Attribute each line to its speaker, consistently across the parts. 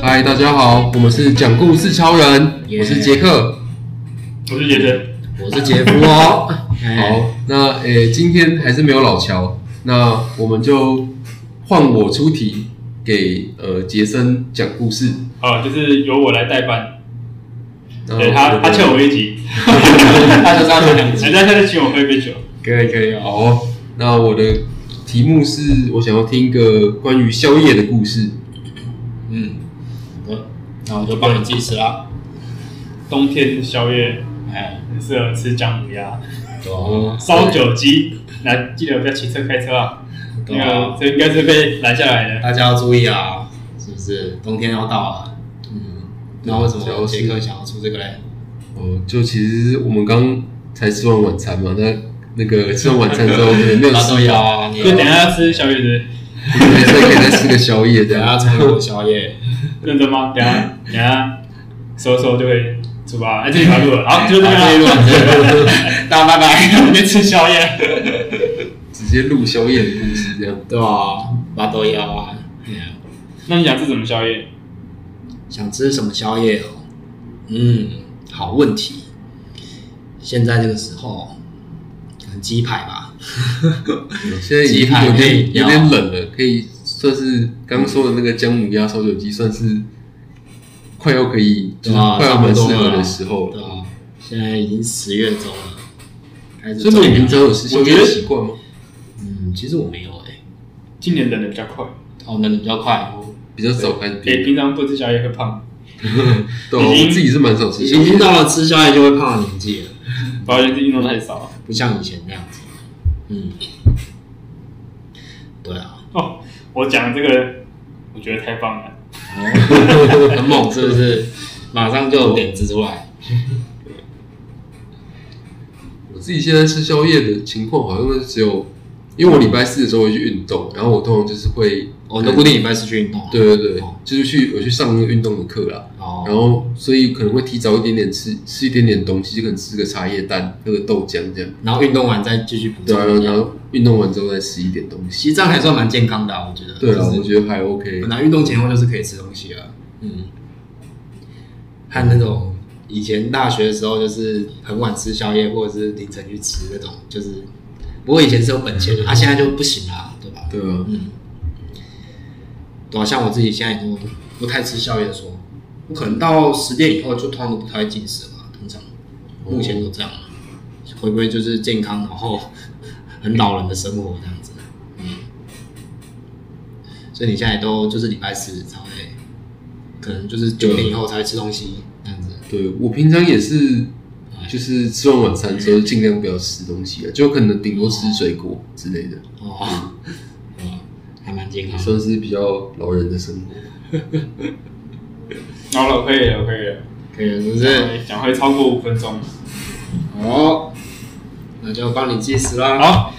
Speaker 1: 嗨，大家好，我们是讲故事超人
Speaker 2: Yeah
Speaker 1: 我是杰克，
Speaker 3: 我是姐姐，
Speaker 2: 我是
Speaker 1: 杰
Speaker 2: 杰夫。
Speaker 1: 夫哦。
Speaker 2: 哎，
Speaker 1: 好，那诶、今天还是没有老乔，那我们就换我出题给呃杰森讲故事。
Speaker 3: 好，啊就是由我来代班。
Speaker 1: 那
Speaker 3: 对他，他欠我一集，哎
Speaker 2: 他就是要讲两
Speaker 3: 人家现在请我喝一杯酒。
Speaker 1: 可以可以哦。那我的题目是我想要听一个关于宵夜的故事。
Speaker 2: 嗯，我那我就帮你计时啦。
Speaker 3: 冬天宵夜
Speaker 2: 哎，
Speaker 3: 很适合吃姜母鸭、
Speaker 2: 对啊，
Speaker 3: 烧酒鸡。来，记得不要骑车开车啊！
Speaker 2: 对
Speaker 3: 那个
Speaker 2: 啊，
Speaker 3: 这应该是被拦下来的。
Speaker 2: 大家要注意啊，是不是？冬天要到了。嗯，那为什
Speaker 1: 主要
Speaker 2: 么
Speaker 1: 是
Speaker 2: 杰克想要出这个 嘞？
Speaker 1: 哦，就其实我们刚才吃完晚餐嘛，那那个吃完晚餐之后可 能没有
Speaker 2: 他都
Speaker 1: 吃
Speaker 2: 要
Speaker 1: 饱，
Speaker 2: 啊，你
Speaker 3: 就等一下要吃宵夜的，
Speaker 1: 对所以可以再吃个宵夜这
Speaker 2: 等下
Speaker 1: 样。
Speaker 2: 才 有宵夜。
Speaker 3: 认真吗？等一下，等一下，收一收就会出发。哎，这里要录了，好，就这
Speaker 2: 好这一
Speaker 3: 边
Speaker 2: 路
Speaker 3: 了。
Speaker 2: 大家拜拜， 我们去吃宵夜。
Speaker 1: 直接录宵夜的故事这样。
Speaker 2: 对啊，八都要啊。哎呀
Speaker 3: 那你想吃什么宵夜？
Speaker 2: 想吃什么宵夜哦？嗯，好问题。现在这个时候，可能鸡排 吧。
Speaker 1: 现在已
Speaker 2: 鸡
Speaker 1: 经
Speaker 2: 排
Speaker 1: 有
Speaker 2: 配
Speaker 1: 点有
Speaker 2: 料
Speaker 1: 点冷了，可以算是刚刚说的那个姜母鸭烧酒鸡，算是快要可以，就
Speaker 2: 对
Speaker 1: 是
Speaker 2: 啊
Speaker 1: 快要蛮适
Speaker 2: 差不多
Speaker 1: 合
Speaker 2: 了
Speaker 1: 的时候
Speaker 2: 对
Speaker 1: 了。
Speaker 2: 啊，现在已经十月中了，开始
Speaker 1: 所以你们平常
Speaker 2: 中
Speaker 1: 有吃宵夜的习惯吗？
Speaker 2: 嗯，其实我没有哎、
Speaker 3: 今年冷的比较快，
Speaker 2: 哦，冷的比较快，
Speaker 1: 比较少开始
Speaker 3: 诶，
Speaker 1: 变，
Speaker 3: 平常不吃宵夜会胖，
Speaker 1: 对啊，
Speaker 3: 已经
Speaker 1: 我自己是蛮少吃
Speaker 2: 已
Speaker 1: 宵夜
Speaker 2: 经。到了吃宵夜就会胖的年纪了，
Speaker 3: 保健是运动太少。
Speaker 2: 不像以前那样子。嗯，对啊，
Speaker 3: 哦，我讲这个，我觉得太棒了。
Speaker 2: 很猛是不是？马上就有点子出来。
Speaker 1: 我自己现在吃宵夜的情况好像是只有，因为我礼拜四的时候会去运动，然后我通常就是会，
Speaker 2: 我哦都固定礼拜四去运动、啊。
Speaker 1: 对对对
Speaker 2: 哦，
Speaker 1: 就是去我去上那个运动的课啦。
Speaker 2: 哦，
Speaker 1: 然后，所以可能会提早一点点吃吃一点点东西，就可能吃个茶叶蛋、喝个豆浆这样。
Speaker 2: 然后运动完再继续补
Speaker 1: 对
Speaker 2: 充
Speaker 1: 啊，
Speaker 2: 能
Speaker 1: 然
Speaker 2: 量。
Speaker 1: 后运动完之后再吃一点东西。
Speaker 2: 其实这样还算蛮健康的、啊，我觉得。
Speaker 1: 对啊，
Speaker 2: 就是
Speaker 1: 我觉得还 OK
Speaker 2: 本。来运动前后就是可以吃东西了。嗯，和那种以前大学的时候，就是很晚吃宵夜，或者是凌晨去吃那种，就是不过以前是有本钱
Speaker 1: 嗯
Speaker 2: 的，啊，现在就不行啦，对吧？
Speaker 1: 对啊，
Speaker 2: 嗯，对啊，像我自己现在已经不太吃宵夜的说，我可能到十点以后就通常都不太会进食了吧，通常目前都这样了。会不会就是健康，然后很老人的生活这样子？嗯，所以你现在都就是礼拜四才会，可能就是九点以后才会吃东西这样子。啊
Speaker 1: 对我平常也是，就是吃完晚餐之后尽量不要吃东西啊，就可能顶多吃水果之类的，
Speaker 2: 哦， 嗯，还蛮健
Speaker 1: 也
Speaker 2: 康的。
Speaker 1: 算是比较老人的生活。
Speaker 3: 好了，可以了，可以了。
Speaker 2: 可以了，是不是？
Speaker 3: 对，讲会超过五分钟。
Speaker 2: 哦，那就帮你计时啦。
Speaker 3: 好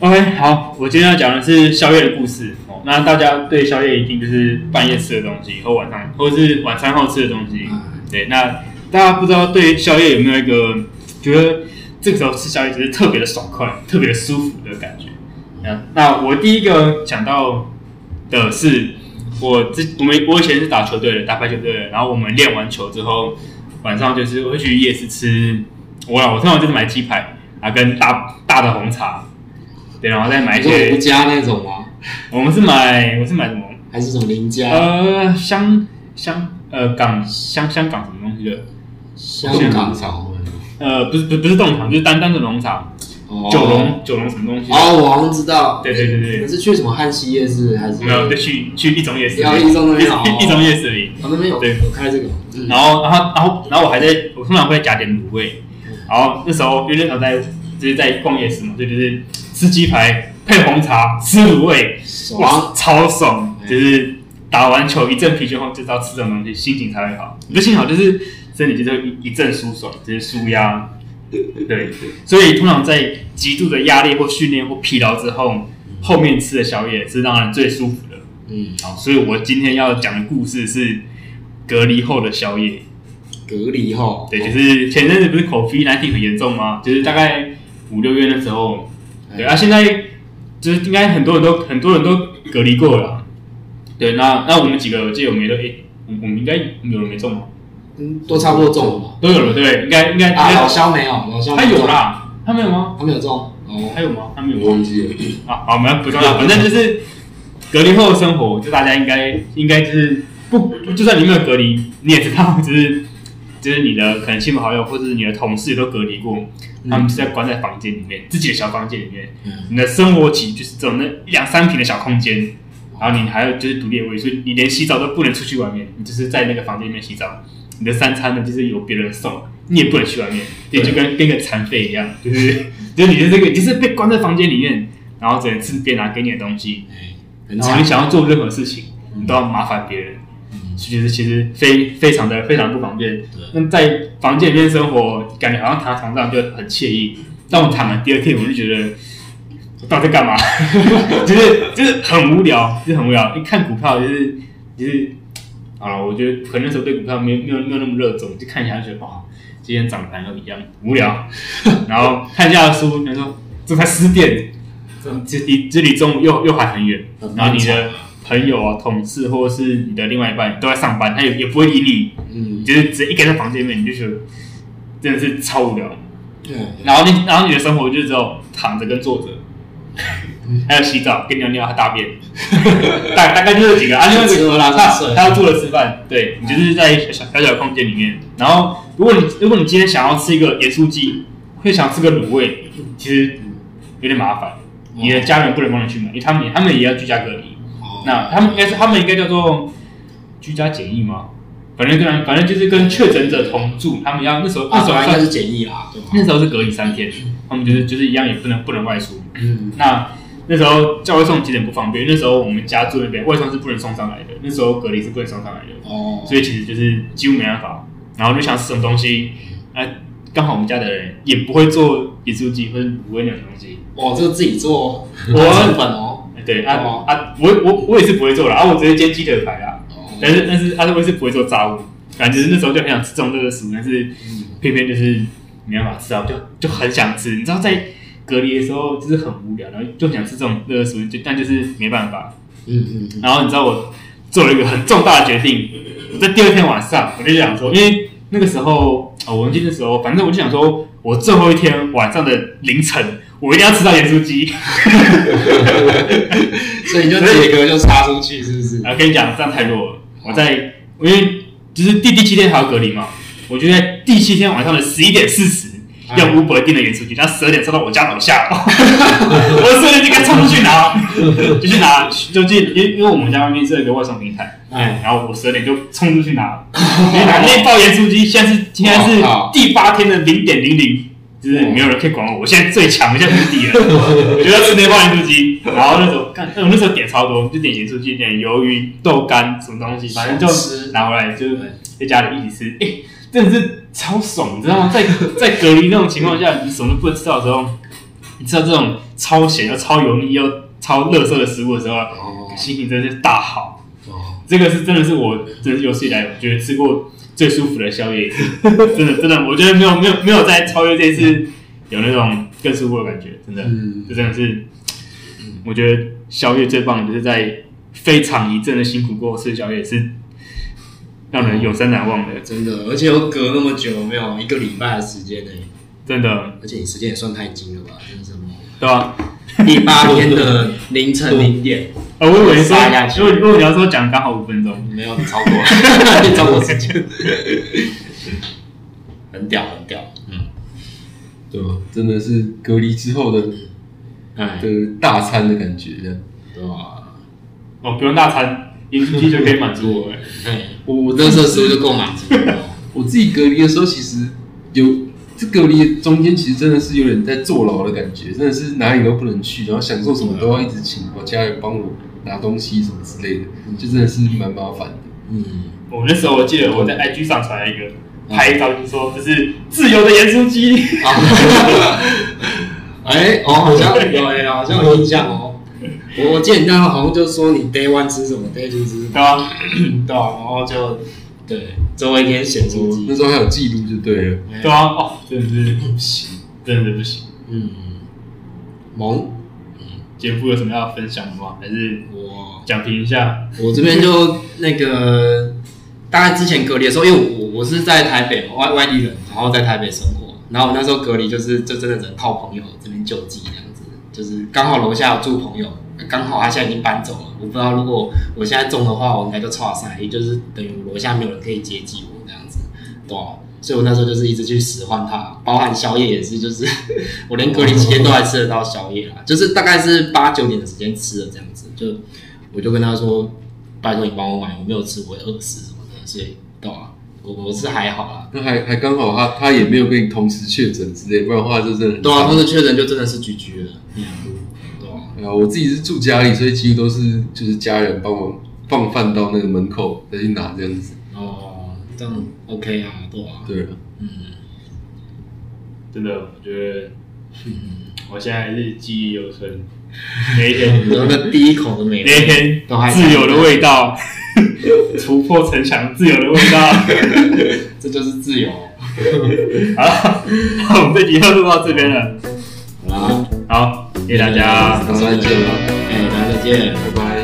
Speaker 3: ，OK，好，我今天要讲的是宵夜的故事。哦，那大家对宵夜一定就是半夜吃的东西，或晚上，或者是晚餐后吃的东西。
Speaker 2: 嗯
Speaker 3: 对，那大家不知道对宵夜有没有一个觉得这个时候吃宵夜就是特别的爽快、特别舒服的感觉？那那我第一个想到的是，我之我们我以前是打球队的，打排球队的，然后我们练完球之后，晚上就是会去夜市吃，我啦我通常就是买鸡排啊，跟大大的红茶，对，然后再买一
Speaker 2: 你说
Speaker 3: 些
Speaker 2: 吴，家那种吗？
Speaker 3: 我们是买我是买什么？
Speaker 2: 还是什么林家、
Speaker 3: 呃，香香呃港香香港什么东西的？
Speaker 2: 香港
Speaker 1: 草
Speaker 3: 呃，不是不是不是洞房，就是单单的农场，
Speaker 2: 哦
Speaker 3: 九龙九龙什么东西？
Speaker 2: 哦，我好像知道。
Speaker 3: 对对对对
Speaker 2: 你们是去什么汉西夜市还是？
Speaker 3: 没有，就去去一中夜市，
Speaker 2: 要一中那边哦
Speaker 3: 一一中夜市里。
Speaker 2: 哦，那边有
Speaker 3: 对
Speaker 2: 有开这个，嗯，
Speaker 3: 然后然后然后然后我还在，我通常会加点卤味。然后那时候因为那时候在就是在逛夜市嘛，所以就是吃鸡排配红茶吃卤味，哇
Speaker 2: 爽，，
Speaker 3: 超爽！
Speaker 2: 嗯
Speaker 3: 就是打完球一阵疲倦后，就是要吃这种东西，心情才会好。不是心情好，就是身体就是一一阵舒爽，就是舒压。
Speaker 2: 嗯
Speaker 3: 对，所以通常在极度的压力或训练或疲劳之后，后面吃的宵夜是让人最舒服的。
Speaker 2: 嗯，
Speaker 3: 好，所以我今天要讲的故事是隔离后的宵夜。
Speaker 2: 隔离后，
Speaker 3: 对，就是前阵子不是口鼻难题很严重吗？就是大概五六月那时候，对
Speaker 2: 哎
Speaker 3: 啊，现在就是应该很多人都很多人都隔离过了啦。对，那那我们几个，我记得我们也都诶、我我们应该有人没中吗？
Speaker 2: 嗯，都差不多中了嘛。
Speaker 3: 都有了，对不对？应该应该应
Speaker 2: 啊，
Speaker 3: 该
Speaker 2: 老肖没有，老肖
Speaker 3: 嗯他
Speaker 2: 没中
Speaker 3: 有，啦，他没有吗？
Speaker 2: 他没有中。哦，
Speaker 3: 他有吗？他没有
Speaker 1: 我
Speaker 3: 吗？
Speaker 1: 忘记了。
Speaker 3: 啊，好，我们不重要，反正就是隔离后的生活，就大家应该应该就是不，就算你没有隔离，你也知道， 就是就是你的可能亲朋好友或者是你的同事都隔离过，
Speaker 2: 嗯
Speaker 3: 他们是在关在房间里面，自己的小房间里面，
Speaker 2: 嗯，
Speaker 3: 你的生活起就是只有那一两三平的小空间，然后你还有就是独立的卫浴，所以你连洗澡都不能出去外面，你就是在那个房间里面洗澡，你的三餐呢就是由别人送，你也不能去外面，你就跟跟个残废一样，就是就是你的这个你就是被关在房间里面，然后只能吃别人拿给你的东西，
Speaker 2: 哎，很
Speaker 3: 然后你
Speaker 2: 惨。
Speaker 3: 想要做任何事情，你都要麻烦别人，
Speaker 2: 嗯
Speaker 3: 所以就是其实非非常的非常不方便。
Speaker 2: 对
Speaker 3: 那在房间里面生活，感觉好像躺在床上就很惬意。但我躺了第二天，我就觉得我到底在干嘛？ 就是就是很无聊，就是很无聊。一看股票就是就是好啊了，我觉得可能那时候对股票没有没有没有那么热衷，就看一下就觉得哇，今天涨盘都一样无聊。 然后看一下书，他说这才十点，这这离这离中午又又还很远。
Speaker 2: 很
Speaker 3: 然后
Speaker 2: 漫
Speaker 3: 你
Speaker 2: 长
Speaker 3: 的朋友啊、同事或者是你的另外一半都在上班，他也也不会理你。
Speaker 2: 嗯
Speaker 3: 你，就是直接一个人在房间里面，你就觉得真的是超无聊。
Speaker 2: 对，
Speaker 3: 然后你，然后你的生活就只有躺着跟坐着，还有洗澡、跟尿尿、还大便， 大大概就这几个。啊，另外一
Speaker 2: 吃喝
Speaker 3: 个
Speaker 2: 拉撒睡
Speaker 3: 他他要坐着吃饭，对你就是在小小小空间里面。然后，如果你如果你今天想要吃一个盐酥鸡，会想吃个卤味，其实有点麻烦，你的家人不能帮你去买，因为他们也他们也要居家隔离。
Speaker 2: 哦
Speaker 3: 那他们应该是他们应该叫做居家检疫吗？反正跟反正就是跟确诊者同住，他们要那时候那
Speaker 2: 啊，
Speaker 3: 时
Speaker 2: 本
Speaker 3: 候
Speaker 2: 来应该
Speaker 3: 算
Speaker 2: 是简易啦，对吧？
Speaker 3: 那时候是隔离三天，他们就是就是一样也不能不能外出。
Speaker 2: 嗯，
Speaker 3: 那那时候叫外送其实很不方便，那时候我们家住那边外送是不能送上来的，那时候隔离是不能送上来的，
Speaker 2: 哦，
Speaker 3: 所以其实就是几乎没办法。然后就想吃什么东西，啊，刚好我们家的人也不会做盐酥鸡或者卤味那种东西，
Speaker 2: 我这个自己做，
Speaker 3: 我
Speaker 2: 成本哦，
Speaker 3: 对啊
Speaker 2: 哦
Speaker 3: 啊，我我我也是不会做了啊，我直接煎鸡腿排啊啦。
Speaker 2: 哦
Speaker 3: 但是但是阿特威是不会做炸物，反正就是那时候就很想吃中热的食物，但是
Speaker 2: 嗯
Speaker 3: 偏偏就是没办法吃到，就就很想吃。你知道在隔离的时候就是很无聊，然后就很想吃这种热的食物，就但就是没办法。
Speaker 2: 嗯嗯
Speaker 3: 然后你知道我做了一个很重大的决定，我在第二天晚上我就想说，因为那个时候啊、哦我忘记那时候，反正我就想说，我最后一天晚上的凌晨，我一定要吃到盐酥鸡。
Speaker 2: 嗯， 所以你就杰哥就插出去，是不是？
Speaker 3: 啊，跟你讲，这样太弱了。我在，我因为就是第第七天还要隔离嘛，我就在第七天晚上的十一点四十，用 Uber 订的盐酥鸡，他十二点送到我家楼下， 我十二点就该冲出去拿， 就去拿，就去，因为因为我们家外面是有一个外送平台，
Speaker 2: 哎，
Speaker 3: 然后我十二点就冲出去拿，因为拿那包盐酥鸡，现在是现在是第八天的零点零零。就是没有人可以管我，我现在最强，我现在无敌了。我就要吃那包盐酥鸡，然后那时候看，哎我那时候点超多，就点盐酥鸡，点鱿鱼、豆干什么东西，反正就
Speaker 2: 吃
Speaker 3: 拿回来就在家里一起吃，哎、真的是超爽，你知道吗？在在隔离那种情况下，你什么都不能吃到的时候，你吃到这种超咸又超油腻又超垃圾的食物的时候，啊
Speaker 2: 哦
Speaker 3: 心情真的是大好。
Speaker 2: 哦，
Speaker 3: 这个是真的是我真是有史以来我觉得吃过最舒服的宵夜，真的真的，我觉得没有没有没有在超越这一次有那种更舒服的感觉，真的。
Speaker 2: 嗯
Speaker 3: 这真的是，我觉得宵夜最棒的就是在非常一阵的辛苦过后吃宵夜是让人永生难忘的，
Speaker 2: 真的，而且又隔那么久，没有一个礼拜的时间呢，
Speaker 3: 真的，
Speaker 2: 而且你时间也算太精了吧？真的是
Speaker 3: 对吧、
Speaker 2: 第 八天的凌晨零点，
Speaker 3: 呃，我以为说
Speaker 2: 撒下，去
Speaker 3: 如果如果你要说讲刚好五分钟，
Speaker 2: 没有你超过，你 超过时间，很屌很屌，嗯，
Speaker 1: 对吧？真的是隔离之后的
Speaker 2: 哎，
Speaker 1: 的大餐的感觉，这样。
Speaker 2: 对吧？
Speaker 3: 哦，不用大餐，盐酥鸡就可以满足我了。
Speaker 2: 哎，
Speaker 1: 我我
Speaker 2: 我
Speaker 1: 那
Speaker 2: 那
Speaker 1: 时
Speaker 2: 时
Speaker 1: 候
Speaker 2: 候
Speaker 1: 是
Speaker 2: 食
Speaker 1: 我
Speaker 2: 物
Speaker 1: 就
Speaker 2: 就够满足了，
Speaker 1: 我自己隔离的时候，其实有这隔离中间，其实真的是有点在坐牢的感觉，真的是哪里都不能去，然后想做什么都要一直请我家人帮我拿东西什么之类的，就真的是蛮麻烦的。
Speaker 2: 嗯。
Speaker 3: 我那时候我记得我在 IG 上传了一个拍一照，就说这是自由的盐酥鸡，
Speaker 2: 哎，哦，好像有哎、好像有印象哦。我我记得你那时候好像就说你 day one 吃什么，day two 吃什
Speaker 3: 对
Speaker 2: 么，
Speaker 3: 吧、
Speaker 2: 对啊，然后就对，最后一天咸酥
Speaker 1: 我那
Speaker 2: 鸡，
Speaker 1: 时候还有记录就对了，
Speaker 3: 对啊，哦，真的是不行，真的不行。
Speaker 2: 嗯，萌，
Speaker 3: 姐夫有什么要分享的吗？还是
Speaker 2: 我
Speaker 3: 讲评一下？
Speaker 2: 我这边就那个大概之前隔离的时候，因为我我是在台北外外地人，然后在台北生活，然后我那时候隔离就是就真的只能靠朋友这边救济这样子，就是刚好楼下有住朋友，刚好他现在已经搬走了，我不知道如果我现在中的话，我应该就差赛，也就是等于我楼下没有人可以接济我这样子，对啊、所以我那时候就是一直去使唤他，包含宵夜也是，就是 我连隔离期间都还吃得到宵夜啦，啊就是大概是八九点的时间吃的这样子，就我就跟他说，拜托你帮我买，我没有吃我会饿死什么的，所以对啊，我我是还好啦，
Speaker 1: 那还还刚好他他也没有跟你同时确诊之类，不然的话就真的很
Speaker 2: 对啊，
Speaker 1: 惨
Speaker 2: 或者确诊就真的是 GG 了，嗯对啊，
Speaker 1: 对啊，我自己是住家里，所以几乎都是就是家人帮我放饭到那个门口再去拿这样子。
Speaker 2: 哦，这样 OK 啊，对啊，
Speaker 1: 对啊，
Speaker 2: 嗯
Speaker 3: 真的，我觉得嗯我现在还是记忆犹存，那一天
Speaker 2: 然后那第一口都没有
Speaker 3: 那，一天
Speaker 2: 都还
Speaker 3: 自由的味道，突破城墙，自由的味道。
Speaker 2: 这就是自由，
Speaker 3: 好了，那我们这集就录到这边了。
Speaker 2: 好啦，
Speaker 3: 好，谢谢大家。
Speaker 1: 那再见了，
Speaker 2: 哎，大家再见。
Speaker 1: 拜拜。